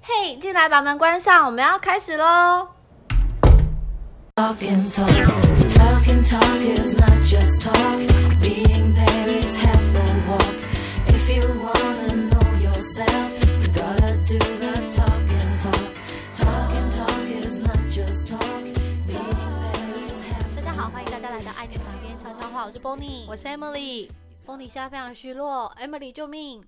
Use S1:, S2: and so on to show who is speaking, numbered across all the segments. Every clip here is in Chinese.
S1: 哎进来，把门关上，我们要开始喽。
S2: Talking, talk, talking, talk is not just talk. Being there is half the walk. If you wanna know yourself, you gotta do the talking, talk. Talking, talk is not just talk. Being there is half.
S3: 大家好，欢迎大家来到爱你旁边悄悄话，我是 Bonnie，
S1: 我是 Emily，
S3: Bonnie 现在非常虚弱，Emily 救命！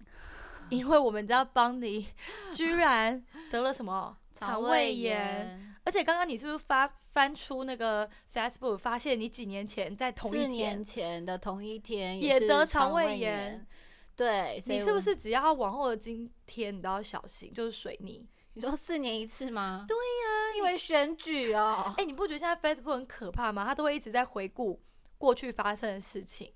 S1: 因为我们家邦尼居然得了什么 肠胃炎，，而且刚刚你是不是发翻出那个 Facebook，发现你几年前在同一
S3: 四年
S1: 天，
S3: 前的同一天
S1: 也
S3: 是
S1: 得肠
S3: 肠
S1: 胃
S3: 胃
S1: 炎
S3: 炎，对，所以
S1: 你
S3: 我
S1: 是不是只要往后的今天你都要小心，就是水逆？
S3: 你说四年一次吗？
S1: 对
S3: 呀、因为选举哦
S1: 哎、，你不觉得现在 Facebook 很可怕吗？它都会一直在回顾过去发生的事情。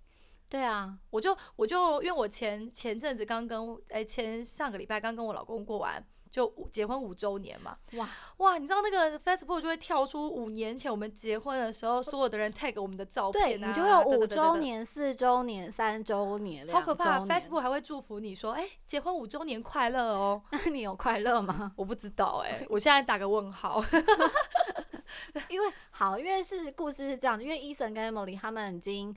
S3: 对啊，
S1: 我就我就因为我前前阵子刚跟哎、前上个礼拜刚跟我老公过完就五结婚五周年嘛，
S3: 哇
S1: 哇，你知道那个 Facebook 就会跳出五年前我们结婚的时候，所有的人 tag 我们的照
S3: 对
S1: 片啊，
S3: 你就会有
S1: 等
S3: 五
S1: 等等
S3: 周
S1: 等，
S3: 年、四周年、三周年，
S1: 超可怕
S3: 两周年
S1: ！Facebook 还会祝福你说，哎、结婚五周年快乐哦。
S3: 那你有快 乐吗？
S1: 我不知道哎、我现在打个问号。
S3: 因为好，因为是故事是这样的，因为 Eason 跟 Emily 他们已经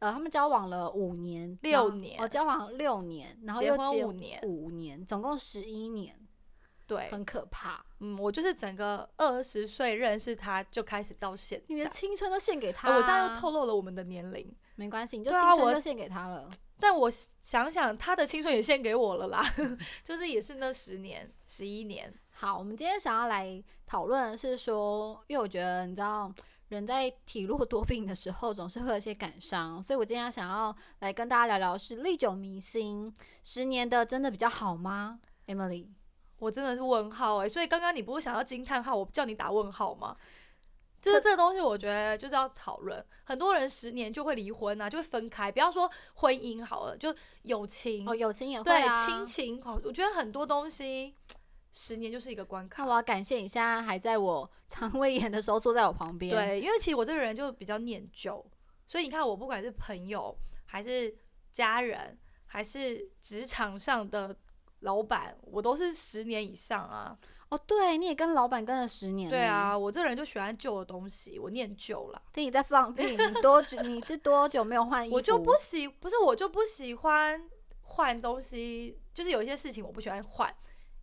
S3: 呃，他们交往了五年，
S1: 六
S3: 然后
S1: 年
S3: 哦，交往六年，然后
S1: 结
S3: 又
S1: 婚
S3: 结
S1: 五年
S3: 五年，总共十一年，
S1: 对，
S3: 很可怕。
S1: 嗯，我就是整个二十岁认识他就开始到现在，
S3: 你的
S1: 哎
S3: 青春都献给他、啊
S1: 我这样又透露了我们的年龄。
S3: 没关系，你就
S1: 对
S3: 青
S1: 啊我
S3: 春就献给他了。
S1: 但我想想，他的青春也献给我了啦， 就是也是那十年、十一年，
S3: 好，我们今天想要来讨论的是说，因为我觉得你知道，人在体弱多病的时候，总是会有一些感伤，所以我今天想要来跟大家聊聊是历久弥新，十年的真的比较好吗？Emily，
S1: 我真的是问号哎、所以刚刚你不是想要惊叹号，我叫你打问号吗？就是这个东西，我觉得就是要讨论。很多人十年就会离婚啊，就会分开。不要说婚姻好了，就友情、
S3: 哦，友情也会
S1: 对
S3: 啊。
S1: 亲情，好我觉得很多东西十年就是一个关
S3: 看
S1: 卡。
S3: 我要感谢你现在还在我肠胃炎的时候坐在我旁边。，
S1: 对，因为其实我这个人就比较念旧，所以你看，我不管是朋友，还是家人，还是职场上的老板，我都是十年以上啊。
S3: 哦，对，你也跟老板跟了十年。
S1: 对，啊，我这个人就喜欢旧的东西，我念旧啦。
S3: 听你在放屁，你多久？你这多久没有换衣服？
S1: 我就不喜，不是我就不喜欢换东西，就是有一些事情我不喜欢换，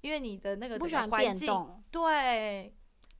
S1: 因为你的那个
S3: 不
S1: 整
S3: 喜
S1: 个
S3: 欢
S1: 环
S3: 变
S1: 境，
S3: 动，
S1: 对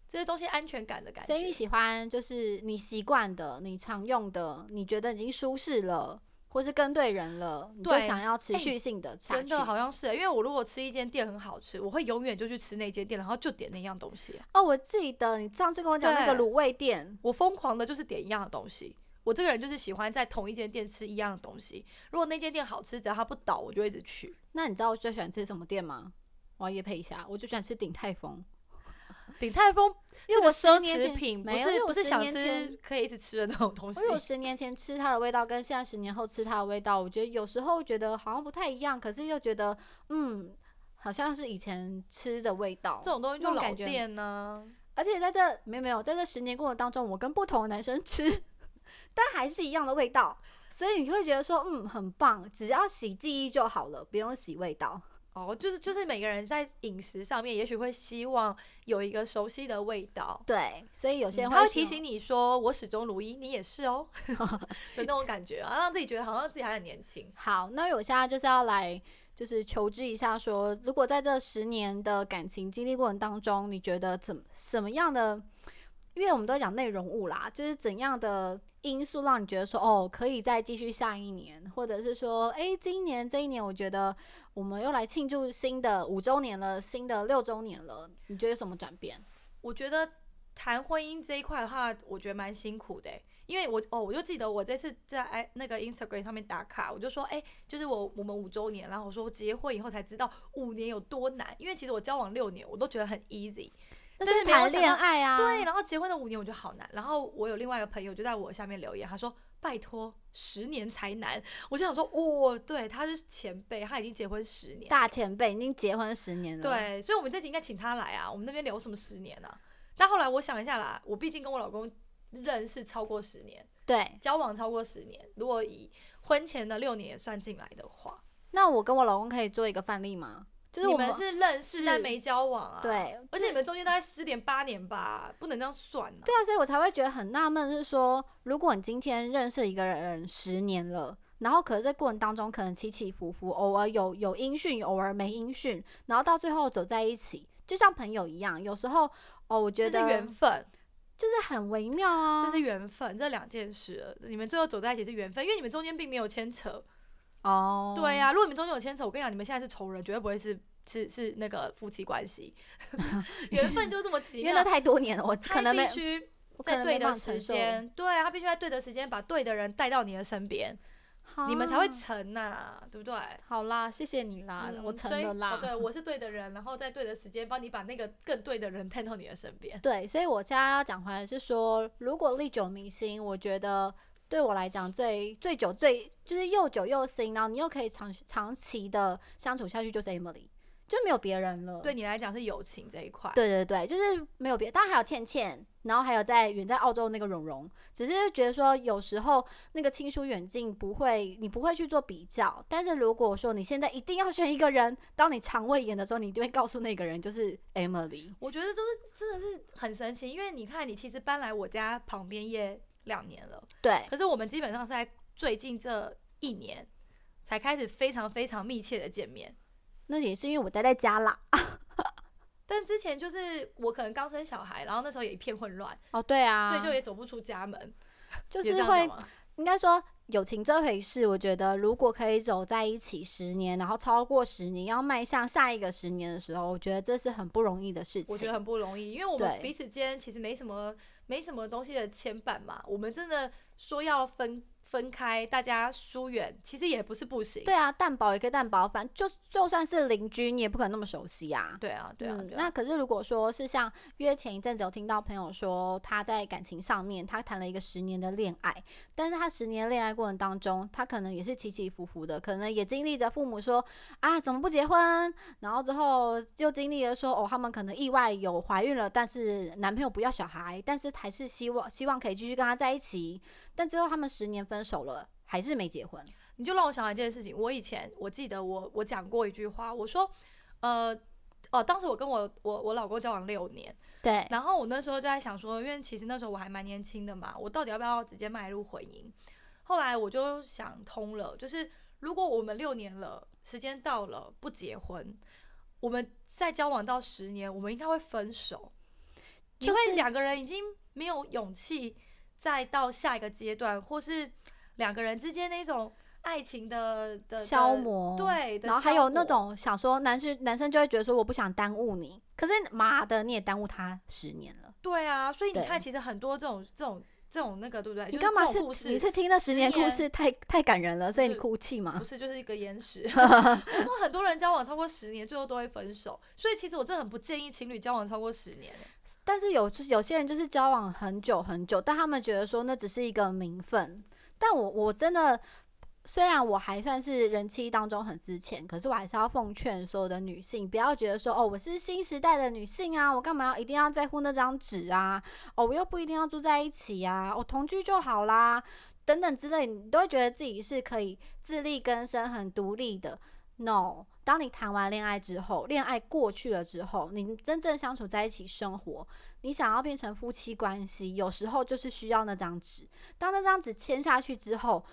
S1: 这些东西安全感的感觉。
S3: 所以你喜欢就是你习惯的、你常用的、你觉得已经舒适了，或是跟对人了，你就
S1: 对
S3: 想要持
S1: 哎
S3: 续性的下
S1: 真
S3: 去。
S1: 的好像是欸、因为我如果吃一间店很好吃，我会永远就去吃那间店，然后就点那样东西。
S3: 哦，我记得你上次跟我讲那个
S1: 对
S3: 卤味店，
S1: 我疯狂的就是点一样的东西。我这个人就是喜欢在同一间店吃一样的东西。如果那间店好吃，只要它不倒，我就一直去。
S3: 那你知道我最喜欢吃什么店吗？我要夜配一下，我就喜欢吃鼎泰丰。
S1: 鼎泰丰
S3: 因为
S1: 是个
S3: 我
S1: 奢
S3: 10年
S1: 侈
S3: 前
S1: 品，不
S3: 没有因
S1: 是
S3: 为
S1: 不
S3: 我
S1: 是
S3: 10
S1: 想
S3: 年
S1: 吃
S3: 前
S1: 可以一直吃的那种东西
S3: 我。有十年前吃它的味道，跟现在十年后吃它的味道，我觉得有时候觉得好像不太一样，可是又觉得嗯，好像是以前吃的味道。
S1: 这种东西就
S3: 那种
S1: 老
S3: 感觉
S1: 店啊呢、
S3: 而且在这没有没有，在这十年过程当中，我跟不同的男生吃，但还是一样的味道，所以你会觉得说，嗯，很棒，只要洗记忆就好了，不用洗味道。
S1: 哦，就是就是每个人在饮食上面，也许会希望有一个熟悉的味道。
S3: 对，所以有
S1: 嗯
S3: 些人
S1: 他会
S3: 希
S1: 提
S3: 望
S1: 醒你说：“我始终如一，你也是哦。”的那种感觉啊，让自己觉得好像自己还很年轻。
S3: 好，那我现在就是要来，就是求知一下说，如果在这十年的感情经历过程当中，你觉得怎么什么样的？因为我们都在讲内容物啦，就是怎样的因素让你觉得说，哦，可以再继续下一年，或者是说，诶，今年这一年，我觉得我们又来庆祝新的五周年了，新的六周年了，你觉得有什么转变？
S1: 我觉得谈婚姻这一块的话，我觉得蛮辛苦的欸、因为我哦，我就记得我这次在哎那个 Instagram 上面打卡，我就说哎、就是我我们五周年，然后我说我结婚以后才知道五年有多难，因为其实我交往六年，我都觉得很 easy，
S3: 那
S1: 但
S3: 就是
S1: 没有
S3: 谈
S1: 想
S3: 恋
S1: 到
S3: 爱啊，
S1: 对，，然后结婚的五年我觉得好难，然后我有另外一个朋友就在我下面留言，他说拜托十年才难，我就想说哦，对，他是前辈，他已经结婚十年，
S3: 大前辈已经结婚十年了，，
S1: 对，所以我们这集应该请他来啊。我们那边聊什么十年啊？但后来我想一下啦，我毕竟跟我老公认识超过十年，
S3: 对，
S1: 交往超过十年，如果以婚前的六年也算进来的话，
S3: 那我跟我老公可以做一个范例吗？就是
S1: 你
S3: 我
S1: 们是认识
S3: 是
S1: 但没交往啊。，
S3: 对，
S1: 而且你们中间大概失联八年吧，不能这样算啊。
S3: 对啊，所以我才会觉得很纳闷，是说，如果你今天认识一个人十年了，然后可是在过程当中可能起起伏伏，偶尔有有音讯，偶尔没音讯，然后到最后走在一起，就像朋友一样，有时候哦，我觉
S1: 这是
S3: 得
S1: 缘分，
S3: 就是很微妙啊，
S1: 这是缘分，这两件事了，你们最后走在一起是缘分，因为你们中间并没有牵扯。
S3: 哦，
S1: 对、啊呀、如果你们中间有牵扯，我跟你讲，你们现在是仇人，绝对不会是是是那个夫妻关 系。缘分就这么奇
S3: 因为那
S1: 妙，
S3: 太多年了， 我
S1: 他
S3: 可能没
S1: 必，须
S3: 我可
S1: 在
S3: 能没
S1: 对
S3: 办
S1: 的
S3: 法承
S1: 时
S3: 受，
S1: 间，对啊他必须在对的时间把对的人带到你的身边，你们才会
S3: 哈
S1: 成呐、对不对？
S3: 好啦，谢谢你啦，
S1: 嗯
S3: 啊我承
S1: 所以
S3: 了啦。
S1: 哦对，我是对的人，然后在对的时间帮你把那个更对的人带到你的身边。
S3: 对，所以我现在要讲回来是说，如果历久弥新，我觉得对我来讲最最久最就是又久又新，然后你又可以长长期的相处下去，就是 Emily，就没有别人了。
S1: 对你来讲是友情这一块，
S3: 对对对，就是没有别，当然还有倩倩，然后还有在远在澳洲那个蓉蓉，只是觉得说有时候那个亲疏远近不会，你不会去做比较，但是如果说你现在一定要选一个人，当你肠胃炎的时候，你一定会告诉那个人就是 Emily。
S1: 我觉得就是真的是很神奇，因为你看，你其实搬来我家旁边也两年了，
S3: 对，
S1: 可是我们基本上是在最近这一年才开始非常非常密切的见面。
S3: 那也是因为我待在家啦。
S1: 但之前就是我可能刚生小孩，然后那时候也一片混乱，
S3: 哦，对啊，
S1: 所以就也走不出家门，
S3: 就
S1: 有这
S3: 是
S1: 样
S3: 会
S1: 讲吗
S3: 应该说友情这回事，我觉得如果可以走在一起十年，然后超过十年，要迈向下一个十年的时候，我觉得这是很不容易的事
S1: 我觉得
S3: 情。
S1: 很不容易，因为我们
S3: 对
S1: 彼此间其实没什么没什么东西的牵绊嘛。我们真的说要分分开，大家疏远，其实也不是不行。
S3: 对啊，蛋堡也可以蛋堡，反正就就算是邻居，你也不可能那么熟悉啊。
S1: 对啊，对啊，
S3: 嗯
S1: 对啊
S3: 那可是如果说是像，因为前一阵子有听到朋友说他在感情上面，他谈了一个十年的恋爱，但是他十年的恋爱过程当中，他可能也是起起伏伏的，可能也经历着父母说啊怎么不结婚，然后之后又经历了说哦他们可能意外有怀孕了，但是男朋友不要小孩，但是还是希望希望可以继续跟他在一起，但最后他们十年分手了，还是没结婚。
S1: 你就让我想到一件事情。我以前我记得我我讲过一句话，我说，呃，哦，当时我跟我我我老公交往六年，
S3: 对，
S1: 然后我那时候就在想说，因为其实那时候我还蛮年轻的嘛，我到底要不要直接迈入婚姻？后来我就想通了，就是如果我们六年了，时间到了不结婚，我们再交往到十年，我们应该会分手，因
S3: 就是
S1: 为两个人已经没有勇气再到下一个阶段，或是两个人之间那种爱情的的的
S3: 消磨
S1: 对，的
S3: 然后还
S1: 消
S3: 有那
S1: 磨
S3: 种想说男生男生就会觉得说我不想耽误你，可是妈的你也耽误他十年了，
S1: 对啊，所以你
S3: 对
S1: 看，其实很多这种这种这种那个，对不对？
S3: 你
S1: 就是
S3: 干嘛
S1: 这
S3: 是
S1: 种故事
S3: 你是听那十年
S1: 十年
S3: 故事太太感人了，所以你
S1: 是
S3: 哭泣吗
S1: 不？是，就是一个延 时。 我说很多人交往超过十年，最后都会分手，所以其实我真的很不建议情侣交往超过十年。欸
S3: 但是有就是有些人就是交往很久很久，但他们觉得说那只是一个名分，但我我真的。虽然我还算是人妻当中很之前，可是我还是要奉劝所有的女性，不要觉得说哦，我是新时代的女性啊，我干嘛要一定要在乎那张纸啊？哦，我又不一定要住在一起啊，我、同居就好啦，等等之类，你都会觉得自己是可以自力更生、很独立的。No，当你谈完恋爱之后，恋爱过去了之后，你真正相处在一起生活，你想要变成夫妻关系，有时候就是需要那张纸。当那张纸签下去之后，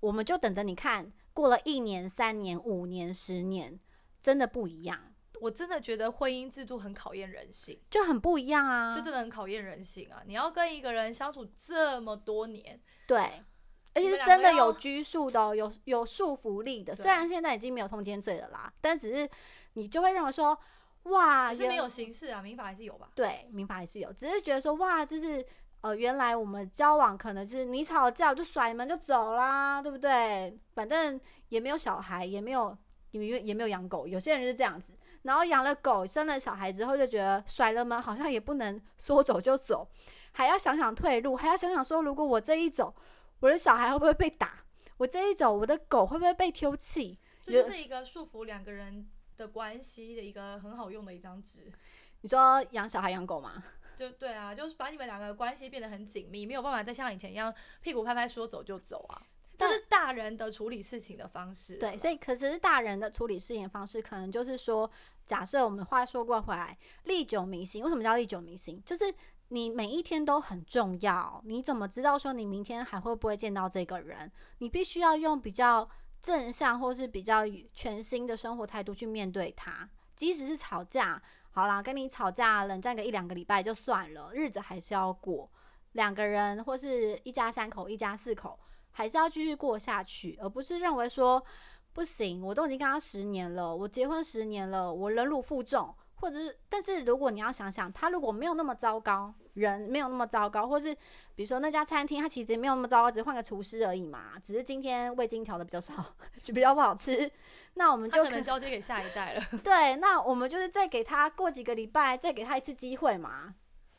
S3: 我们就等着你看，过了一年、三年、五年、十年，真的不一样，
S1: 我真的觉得婚姻制度很考验人性，
S3: 就很不一样啊！
S1: 就真的很考验人性啊！你要跟一个人相处这么多年，
S3: 对，而
S1: 你们
S3: 且是
S1: 两
S3: 真
S1: 个
S3: 的
S1: 要
S3: 有拘束的、哦，有有束缚力的。
S1: 对
S3: 虽然现在已经没有通奸罪了啦，但只是你就会认为说，哇，
S1: 还是没
S3: 原
S1: 有形式啊，民法还是有吧？
S3: 对，民法还是有，只是觉得说哇，就是呃，原来我们交往可能就是你吵架我就甩门就走啦，对不对？反正也没有小孩，也没有也没有也没有养狗，有些人是这样子。然后养了狗，生了小孩之后，就觉得甩了门好像也不能说走就走，还要想想退路，还要想想说，如果我这一走，我的小孩会不会被打？我这一走，我的狗会不会被丢弃？
S1: 这
S3: 有
S1: 就是一个束缚两个人的关系的一个很好用的一张纸。
S3: 你说养小孩养狗吗？
S1: 就对啊，就是把你们两个关系变得很紧密，没有办法再像以前一样屁股拍拍说走就走啊。这
S3: 但
S1: 是大人的处理事情的方式。啊
S3: 对，所以可是大人的处理事情的方式，可能就是说，假设我们话说过回来，历久弥新。为什么叫历久弥新？就是你每一天都很重要，你怎么知道说你明天还会不会见到这个人？你必须要用比较正向或是比较全新的生活态度去面对他，即使是吵架，好啦，跟你吵架冷战个一两个礼拜就算了，日子还是要过。两个人或是一家三口、一家四口，还是要继续过下去，而不是认为说不行，我都已经跟他十年了，我结婚十年了，我忍辱负重，或者是，但是如果你要想想，他如果没有那么糟糕，人没有那么糟糕，或是比如说那家餐厅，它其实没有那么糟糕，只是换个厨师而已嘛，只是今天味精调的比较少， 就比较不好吃，那我们
S1: 他
S3: 就
S1: 可能交接给下一代了。
S3: 对，那我们就是再给他过几个礼拜，再给他一次机会嘛。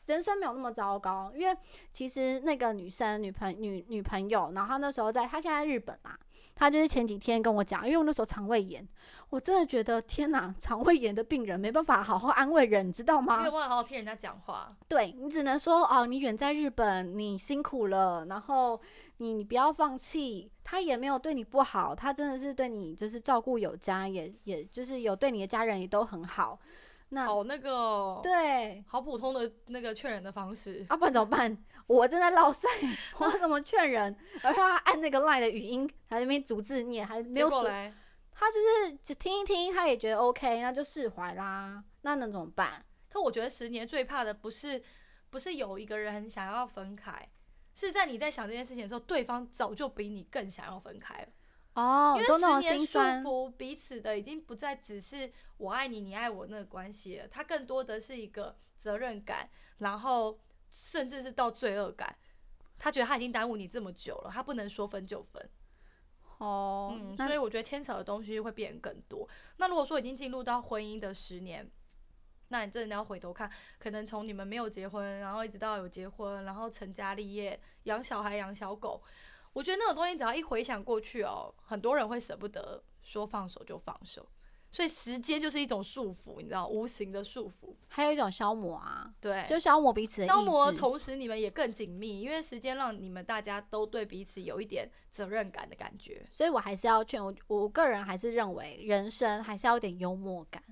S3: 人生没有那么糟糕，因为其实那个女生女朋女女朋友，然后她那时候在，她现在在日本啊，她就是前几天跟我讲，因为我那时候肠胃炎，我真的觉得天哪，肠胃炎的病人没办法好好安慰人，你知道吗？
S1: 没有办法好好听人家讲话，
S3: 对你只能说哦，你远在日本，你辛苦了，然后你你不要放弃。他也没有对你不好，他真的是对你就是照顾有加，也也就是有对你的家人也都很好。那
S1: 好那个哦、
S3: 对
S1: 好普通的那个劝人的方式。
S3: 啊，不然怎么办？我正在落塞，我怎么劝人？然后他按那个 line 的语音，还在那边逐字念，还没
S1: 结
S3: 有
S1: 果
S3: 数
S1: 嘞，
S3: 他就是只听一听，他也觉得 OK，那就释怀啦。那能怎么办？
S1: 可我觉得十年最怕的不是不是有一个人很想要分开，是在你在想这件事情的时候，对方早就比你更想要分开了。
S3: 哦
S1: 因为
S3: 都那
S1: 十
S3: 种
S1: 年
S3: 心
S1: 束
S3: 酸，
S1: 缚彼此的已经不再只是我爱你，你爱我那个关系了，它更多的是一个责任感，然后甚至是到罪恶感。他觉得他已经耽误你这么久了，他不能说分就分，
S3: 哦
S1: 嗯，
S3: 那
S1: 所以我觉得牵扯的东西会变更多。那如果说已经进入到婚姻的十年，那你真的要回头看，可能从你们没有结婚，然后一直到有结婚，然后成家立业、养小孩、养小狗，我觉得那种东西只要一回想过去哦，很多人会舍不得说放手就放手，所以时间就是一种束缚，你知道，无形的束缚，
S3: 还有一种消磨啊，
S1: 对，
S3: 就消磨彼此的
S1: 哎消
S3: 意
S1: 磨，
S3: 志
S1: 同时你们也更紧密，因为时间让你们大家都对彼此有一点责任感的感觉。
S3: 所以我还是要劝我，我个人还是认为人生还是要有点幽默感。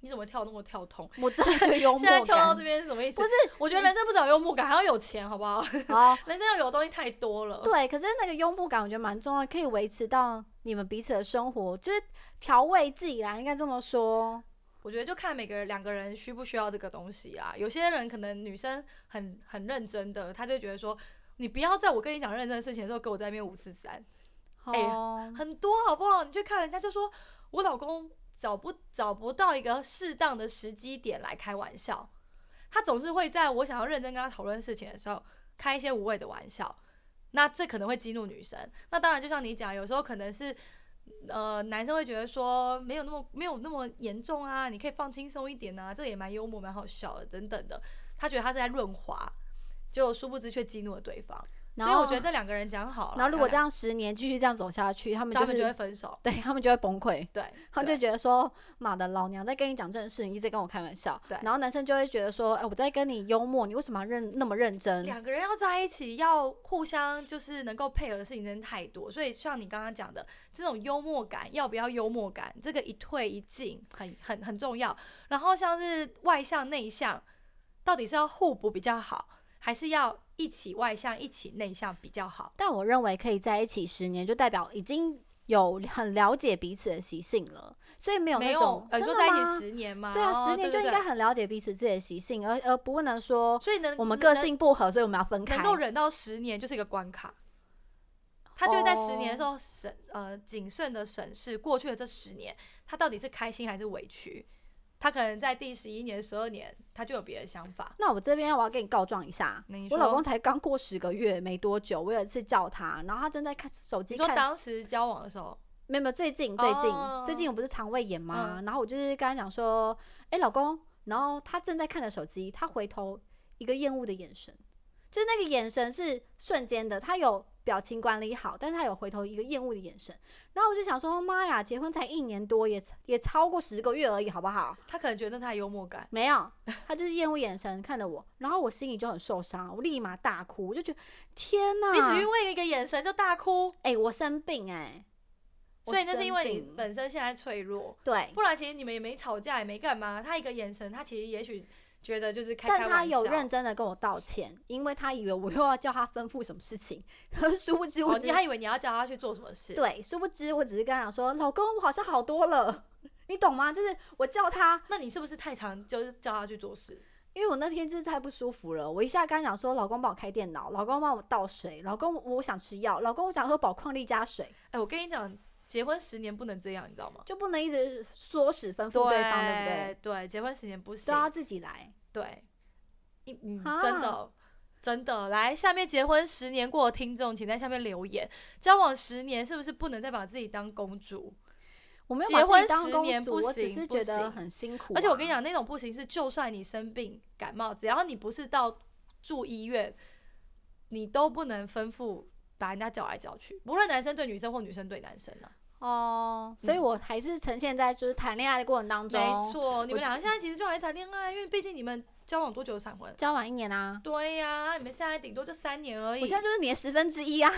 S1: 你怎么跳那么跳通？
S3: 我真的觉得幽默
S1: 现在
S3: 感
S1: 跳到这边是什么意思？
S3: 哦不是，
S1: 我觉得人生不只要幽默感，还要有钱，好不 好？
S3: 哦，
S1: 人生要有的东西太多了。
S3: 对，可是那个幽默感我觉得蛮重要，可以维持到你们彼此的生活，就是调味剂啦，应该这么说。
S1: 我觉得就看每个人两个人需不需要这个东西啊。有些人可能女生很很认真的，她就觉得说。你不要在我跟你讲认真的事情的时候，给我在那边五四三，哎呀
S3: 哦，
S1: 很多啊好不好？你去看人家就说，我老公找不找不到一个适当的时机点来开玩笑，他总是会在我想要认真跟他讨论事情的时候，开一些无谓的玩笑。那这可能会激怒女生。那当然，就像你讲，有时候可能是呃，男生会觉得说没有那么没有那么严重啊，你可以放轻松一点啊，这也蛮幽默、蛮好笑的等等的。他觉得他是在润滑，就殊不知却激怒了对方。
S3: 然
S1: 所以
S3: 后
S1: 我觉得这两个人讲好了，
S3: 然后如果这
S1: 样，
S3: 样十年继续这样走下去，他们
S1: 他
S3: 就
S1: 们就会
S3: 是
S1: 分手。
S3: 对他们就会崩溃。
S1: 对，
S3: 他们
S1: 对
S3: 就觉得说，妈的，老娘在跟你讲正事，你一直跟我开玩笑。
S1: 对
S3: 然后男生就会觉得说，哎、我在跟你幽默，你为什么要认那么认真？
S1: 两个人要在一起，要互相就是能够配合的事情真的太多，所以像你刚刚讲的这种幽默感，要不要幽默感，这个一退一进很很很重要。然后像是外向内向，到底是要互补比较好，还是要一起外向一起内向比较好？
S3: 但我认为可以在一起十年，就代表已经有很了解彼此的习性了，所以没有
S1: 没
S3: 那
S1: 有
S3: 种，
S1: 呃，你
S3: 真
S1: 说
S3: 的
S1: 在一
S3: 吗
S1: 起十年吗？
S3: 对啊，
S1: 哦
S3: 十年就应该。
S1: 对对
S3: 很了解彼此自己的习性，而而不能说
S1: 所以能
S3: 我们个
S1: 能
S3: 性不合，所以我们要分开
S1: 能。够忍到十年就是一个关卡，他就会在十年的时
S3: 哦
S1: 候审呃谨慎的审视过去的这十年，他到底是开心还是委屈。他可能在第十一年、十二年，他就有别的想法。
S3: 那我这边我要跟你告状一下
S1: 那你，
S3: 我老
S1: 说
S3: 公才刚过十个月没多久，我有一次叫他，然后他正在看手
S1: 你
S3: 机
S1: 说
S3: 看
S1: 当时交往的时候，
S3: 没有没有，最近最近、
S1: 哦嗯
S3: 最近我不是肠胃炎吗？然后我就是跟他讲说，哎、老公，然后他正在看着手机，他回头一个厌恶的眼神，就是那个眼神是瞬间的，他有表情管理好，但是他有回头一个厌恶的眼神。然后我就想说，妈呀，结婚才一年多，也也超过十个月而已，好不好？
S1: 他可能觉得那太幽默感，
S3: 没有，他就是厌恶眼神看着我，然后我心里就很受伤，我立马大哭，我就觉得天哪！
S1: 你只因为一个眼神就大哭，
S3: 哎、我生病哎、我
S1: 所以那是因为你
S3: 生病
S1: 本身现在脆弱，
S3: 对，
S1: 不然其实你们也没吵架，也没干嘛。他一个眼神，他其实也许觉得就是开开
S3: 但
S1: 玩笑，
S3: 他有认真的跟我道歉，因为他以为我又要叫他吩咐什么事情， 可是殊不知我
S1: 哦，
S3: 只
S1: 你还以为你要叫他去做什么事？，
S3: 对，殊不知我只是跟他讲说，老公，我好像好多了， 你懂吗？就是我叫他，
S1: 那你是不是太常就是叫他去做事？
S3: 因为我那天就是太不舒服了，我一下跟他讲说，老公帮我开电脑，老公帮我倒水，老公我想吃药，老公我想喝宝矿力加水，
S1: 哎、我跟你讲，结婚十年不能这样，你知道吗？
S3: 就不能一直唆使吩咐对方，对不对？啊
S1: 对？对，结婚十年不
S3: 都
S1: 行，
S3: 要自己来。
S1: 对，你嗯，
S3: 啊
S1: 真的。真的，来下面结婚十年过的听众，请在下面留言。交往十年是不是不能再把自己当公主？
S3: 我没有
S1: 结
S3: 把自己
S1: 婚
S3: 当
S1: 十
S3: 公
S1: 年
S3: 主，
S1: 不
S3: 我只
S1: 行
S3: 是
S1: 不
S3: 觉得
S1: 行
S3: 很辛苦、啊
S1: 而且我跟你，讲，那种不行是，就算你生病感冒，只要你不是到住医院，你都不能吩咐把人家叫来叫去，无论男生对女生或女生对男生啊。
S3: 哦，所以
S1: 嗯
S3: 我还是呈现在就是谈恋爱的过程当中，
S1: 没错，你们
S3: 我觉
S1: 两个现在其实就还谈恋爱，因为毕竟你们交往多久闪婚？
S3: 交往一年啊，
S1: 对呀、你们现在顶多就三年而已，
S3: 我现在就是你的十分之 一啊，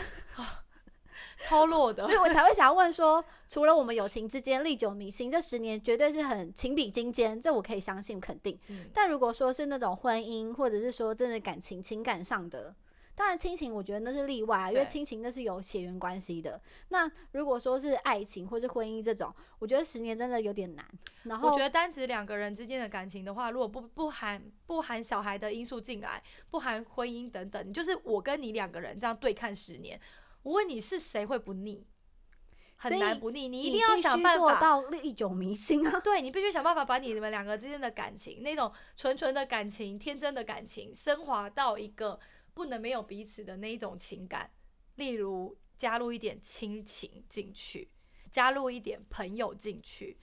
S1: 超弱的
S3: 所。以我才会想要问说，除了我们友情之间历久弥新，这十年绝对是很情比金坚，这我可以相信肯定。
S1: 嗯
S3: 但如果说是那种婚姻，或者是说真的感情情感上的，当然亲情我觉得那是例外啊，因为
S1: 对
S3: 亲情那是有血缘关系的。那如果说是爱情或是婚姻这种，我觉得十年真的有点难。然后
S1: 我觉得单指两个人之间的感情的话，如果不不含不含小孩的因素进来，不含婚姻等等，就是我跟你两个人这样对看十年，我问你是谁会不腻？很
S3: 所以
S1: 难不腻，你一
S3: 必
S1: 定要想
S3: 须
S1: 办
S3: 做
S1: 法。
S3: 到历久弥新 啊。
S1: 对你必须想办法把你们两个之间的感情，那种纯纯的感情、天真的感情，升华到一个不能没有彼此的那一种情感，例如加入一点亲情进去，加入一点朋友进去，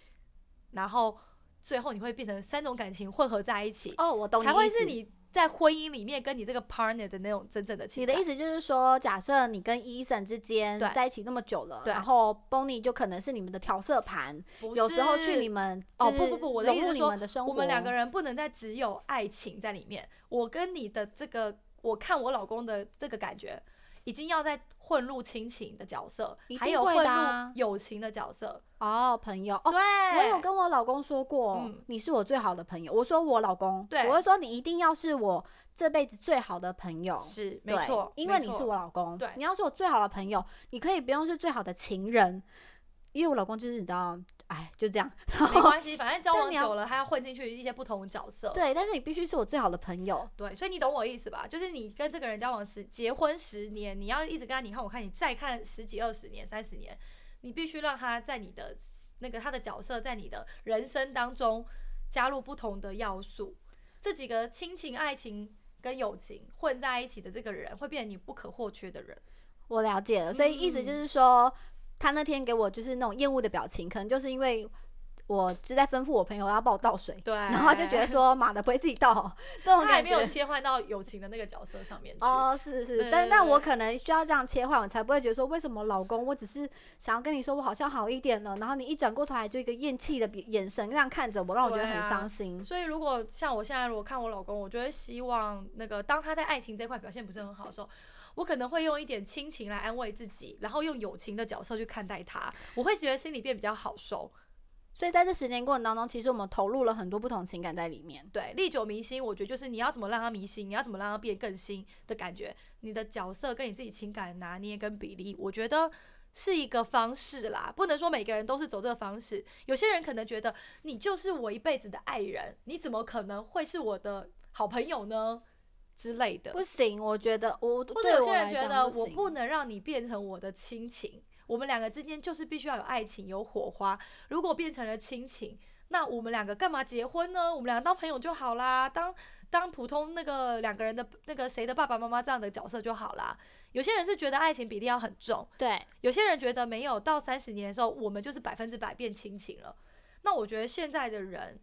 S1: 然后最后你会变成三种感情混合在一起，
S3: 哦，我懂你
S1: 才会
S3: 意
S1: 是
S3: 思
S1: 你在婚姻里面跟你这个 partner 的那种真正的情
S3: 你
S1: 感。
S3: 的意思就是说，假设你跟 Eason 之间
S1: 对
S3: 在一起那么久了，
S1: 对
S3: 然后 Bonnie 就可能是你们的调色盘，
S1: 不
S3: 有时候
S1: 是
S3: 去你们
S1: 哦
S3: 就是
S1: 不不不我的
S3: 融
S1: 意思
S3: 入
S1: 是
S3: 你
S1: 说
S3: 们的生活，
S1: 我们两个人不能再只有爱情在里面。我跟你的这个，我看我老公的这个感觉，已经要在混入亲情的角色
S3: 一，
S1: 还
S3: 定
S1: 有
S3: 会
S1: 混
S3: 的啊
S1: 入友情的角色。
S3: 哦，朋友哦。
S1: 对，
S3: 我有跟我老公说过、
S1: 嗯
S3: 你是我最好的朋友。我说我老公，
S1: 对
S3: 我会说你一定要是我这辈子最好的朋友，
S1: 是没
S3: 对
S1: 错，
S3: 因
S1: 没
S3: 为你
S1: 错
S3: 是我老公，
S1: 对
S3: 你要是我最好的朋友，你可以不用是最好的情人，因为我老公就是你知道，哎，就这样。
S1: 没关 系，反正交
S3: 但
S1: 往
S3: 你要
S1: 久了，还要混进去一些不同的角色。
S3: 对，但是你必须是我最好的朋友，
S1: 对，所以你懂我意思吧？就是你跟这个人交往十结婚十年，你要一直跟他你看我看你，再看十几、二十年、三十年，你必须让他在你的那个他的角色在你的人生当中加入不同的要素，这几个亲情、爱情跟友情混在一起的这个人，会变成你不可或缺的人。
S3: 我了解了，所以意思
S1: 嗯
S3: 就是说，他那天给我就是那种厌恶的表情，可能就是因为我就在吩咐我朋友要帮我倒水，
S1: 对，
S3: 然后他就觉得说妈的不会自己倒哦，这种
S1: 哎他还
S3: 感
S1: 没
S3: 觉
S1: 有。切换到友情的那个角色上面去。
S3: 哦，是是
S1: 对
S3: 是，但
S1: 对
S3: 但
S1: 对
S3: 我可能需要这样切换，我才不会觉得说为什么老公，我只是想要跟你说我好像好一点了，然后你一转过头来就一个厌弃的眼眼神这样看着我，让我觉得
S1: 对
S3: 很
S1: 啊
S3: 伤心。
S1: 所以，如果像我现在，如果看我老公，我就会希望那个当他在爱情这块表现不是很好的时候，我可能会用一点亲情来安慰自己，然后用友情的角色去看待他，我会觉得心里变比较好受。
S3: 所以在这十年过程当中，其实我们投入了很多不同情感在里面。
S1: 对，历久弥新，我觉得就是你要怎么让他迷新，你要怎么让他变更新的感觉，你的角色跟你自己情感的拿捏跟比例，我觉得。是一个方式啦，不能说每个人都是走这个方式。有些人可能觉得你就是我一辈子的爱人，你怎么可能会是我的好朋友呢之类的。
S3: 不行，我觉得我
S1: 或者
S3: 对
S1: 有
S3: 我
S1: 些人
S3: 来
S1: 觉
S3: 讲
S1: 得
S3: 不
S1: 我
S3: 行
S1: 不能让你变成我的亲情，我们两个之间就是必须要有爱情、有火花。如果变成了亲情，那我们两个干嘛结婚呢？我们两个当朋友就好啦，当当普通那个两个人的那个谁的爸爸妈妈这样的角色就好啦。有些人是觉得爱情比例要很重，
S3: 对，
S1: 有些人觉得没有到三十年的时候，我们就是百分之百变亲情了。那我觉得现在的人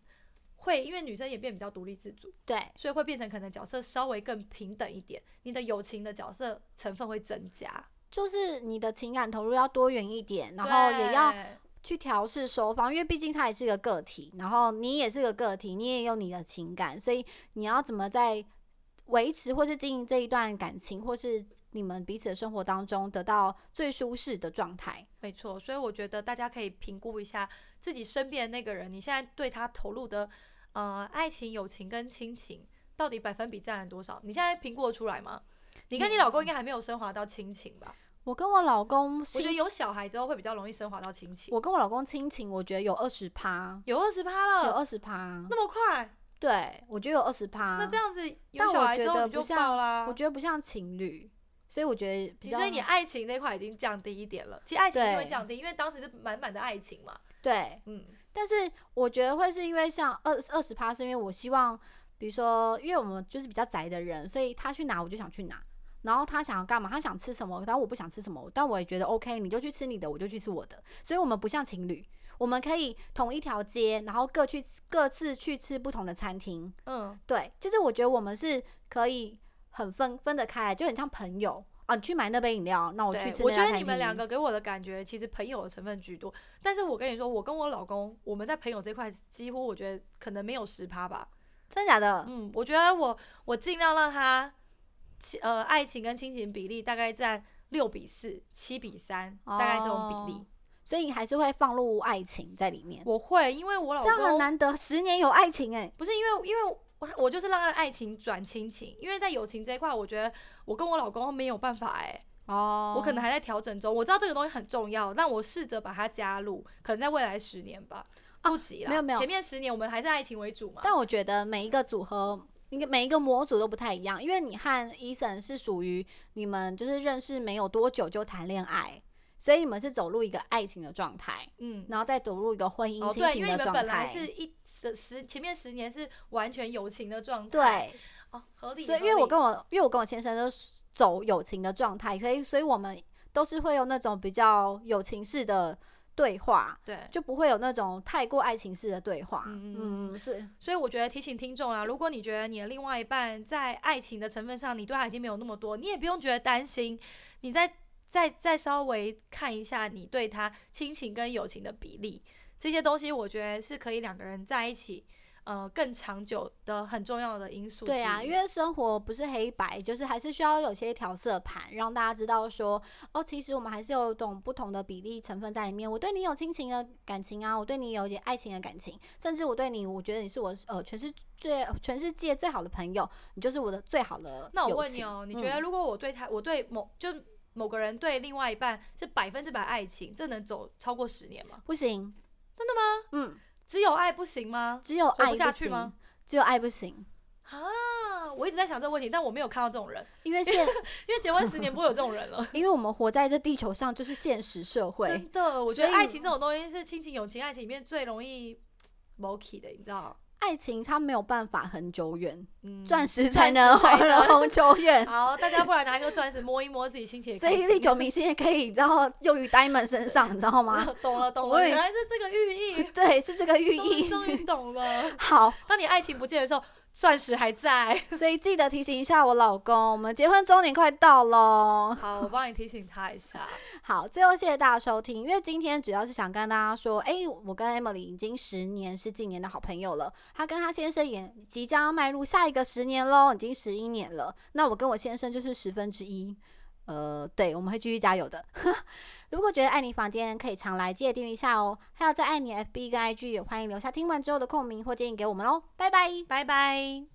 S1: 会因为女生也变比较独立自主，
S3: 对，
S1: 所以会变成可能角色稍微更平等一点，你的友情的角色成分会增加。
S3: 就是你的情感投入要多元一点，然后也要
S1: 对
S3: 去调试双方，因为毕竟他也是个个体，然后你也是个个体，你也有你的情感，所以你要怎么在维持或是经营这一段感情，或是你们彼此的生活当中得到最舒适的状态。
S1: 没错，所以我觉得大家可以评估一下自己身边的那个人，你现在对他投入的呃爱情、友情跟亲情，到底百分比占了多少？你现在评估得出来吗？你跟你老公应该还没有升华到亲情吧？
S3: 我跟我老公
S1: 我觉得
S3: 亲，
S1: 有小孩之后会比较容易升华到亲情。
S3: 我跟我老公亲情，我觉得有二十趴，
S1: 有二十趴
S3: 有
S1: 了，
S3: 二十趴，
S1: 那么快？
S3: 对我觉得有二十趴。
S1: 那这样子有
S3: 但我
S1: 小孩
S3: 觉
S1: 之后
S3: 得
S1: 你
S3: 不
S1: 就
S3: 像
S1: 爆啦
S3: 我。觉得不像情侣，所以我觉得比较
S1: 啊所以你啊爱情那块已经降低一点了，其实爱情
S3: 对
S1: 就会降低，因为当时是满满的爱情嘛。
S3: 对。
S1: 嗯，
S3: 但是我觉得会是因为像二二十趴，是因为我希望，比如说，因为我们就是比较宅的人，所以他去哪我就想去哪，然后他想要干嘛，他想吃什么，但我不想吃什么，但我也觉得 OK，你就去吃你的，我就去吃我的，所以我们不像情侣，我们可以同一条街，然后各去各自去吃不同的餐厅，
S1: 嗯，
S3: 对，就是我觉得我们是可以很分分得开来，就很像朋友啊，你去买那杯饮料，那我哦去
S1: 对，
S3: 吃
S1: 我
S3: 那
S1: 觉
S3: 家
S1: 得
S3: 餐
S1: 你们两
S3: 厅
S1: 个给我的感觉，其实朋友的成分居多。但是我跟你说，我跟我老公，我们在朋友这块几乎我觉得可能没有十趴吧。
S3: 真的假的？
S1: 嗯，我觉得我我尽量让他，亲呃，爱情跟亲情比例大概占六比四、七比三，大概这种比例
S3: 哦。所以你还是会放入爱情在里面。
S1: 我会，因为我老
S3: 这样很
S1: 公
S3: 难得，十年有爱情哎、
S1: 不是因为因为我我就是让他的爱情转亲情，因为在友情这一块，我觉得我跟我老公没有办法哎、
S3: 哦
S1: 我可能还在调整中，我知道这个东西很重要，但我试着把它加入，可能在未来十年吧，
S3: 啊
S1: 不急啦，
S3: 没有没有
S1: 前面十年我们还是爱情为主嘛。
S3: 但我觉得每一个组合，应该每一个模组都不太一样，因为你和伊森是属于你们就是认识没有多久就谈恋爱，所以你们是走入一个爱情的状态，
S1: 嗯，
S3: 然后再走入一个婚姻
S1: 哦
S3: 亲
S1: 对，因
S3: 情
S1: 为
S3: 的
S1: 你们
S3: 状
S1: 本
S3: 态
S1: 来。是一十十前面十年是完全友情的状态，
S3: 对，
S1: 对，哦，合理。
S3: 所以因
S1: 合
S3: 为我
S1: 理
S3: 跟我因为我跟我先生都是走友情的状态，所以所以我们都是会有那种比较友情式的对话，
S1: 对，
S3: 就不会有那种太过爱情式的对话。
S1: 嗯嗯
S3: 嗯，是
S1: 所以我觉得提醒听众啊，如果你觉得你的另外一半在爱情的成分上，你对他已经没有那么多，你也不用觉得担心，你再再再稍微看一下你对他亲情跟友情的比例，这些东西我觉得是可以两个人在一起，呃，更长久的很重要的因素之一。
S3: 对啊，因为生活不是黑白，就是还是需要有些调色盘，让大家知道说，哦，其实我们还是有种不同的比例成分在里面。我对你有亲情的感情啊，我对你有一点爱情的感情，甚至我对你，我觉得你是我呃全世最全世界最好的朋友，你就是我的最好的。嗯
S1: 那我问你哦，你觉得、如果我对他，我对某就某个人对另外一半是百分之百爱情，这能走超过十年吗？
S3: 不行？真的吗？嗯，
S1: 只有爱不行吗？
S3: 只有
S1: 活
S3: 爱
S1: 不下去
S3: 行，
S1: 吗
S3: 只有爱不行，
S1: 啊，我一直在想这个问题，但我没有看到这种人。
S3: 因为 现。
S1: 因为结婚十年不会有这种人了
S3: 因为我们活在这地球上就是现实社 会，
S1: 真的，我觉得
S3: 所以
S1: 爱情这种东西是亲情、友情、爱情里面最容易 m o k y 的，你知道？
S3: 爱情它没有办法很久远，
S1: 嗯，
S3: 钻石
S1: 钻
S3: 才
S1: 石
S3: 能
S1: 才
S3: 红人红久 远。
S1: 好，大家不然拿一颗钻石摸一摸自己心情也
S3: 所
S1: 开
S3: 以
S1: 心，
S3: 历久弥新也可以，你知道用于 Diamond 身上，你知道吗？
S1: 懂了，懂
S3: 我
S1: 了，
S3: 以为
S1: 原来是这个寓意，
S3: 对，是这个寓
S1: 终 于
S3: 意。
S1: 终于懂了。
S3: 好，
S1: 当你爱情不见的时候，钻石还在。
S3: 所以记得提醒一下我老公，我们结婚周年快到喽。
S1: 好，我帮你提醒他一下。
S3: 好，最后谢谢大家收听，因为今天主要是想跟大家说，哎、我跟 Emily 已经十年十几年的好朋友了，她跟她先生也即将要迈入下一个十年喽，已经十一年了。那我跟我先生就是十分之一，呃，对，我们会继续加油的。 如果觉得爱你房间可以常来，记得订阅一下哦。还有在爱你 FB 跟 IG 也欢迎留下听完之后的共鸣或建议给我们哦，拜拜。
S1: 拜拜。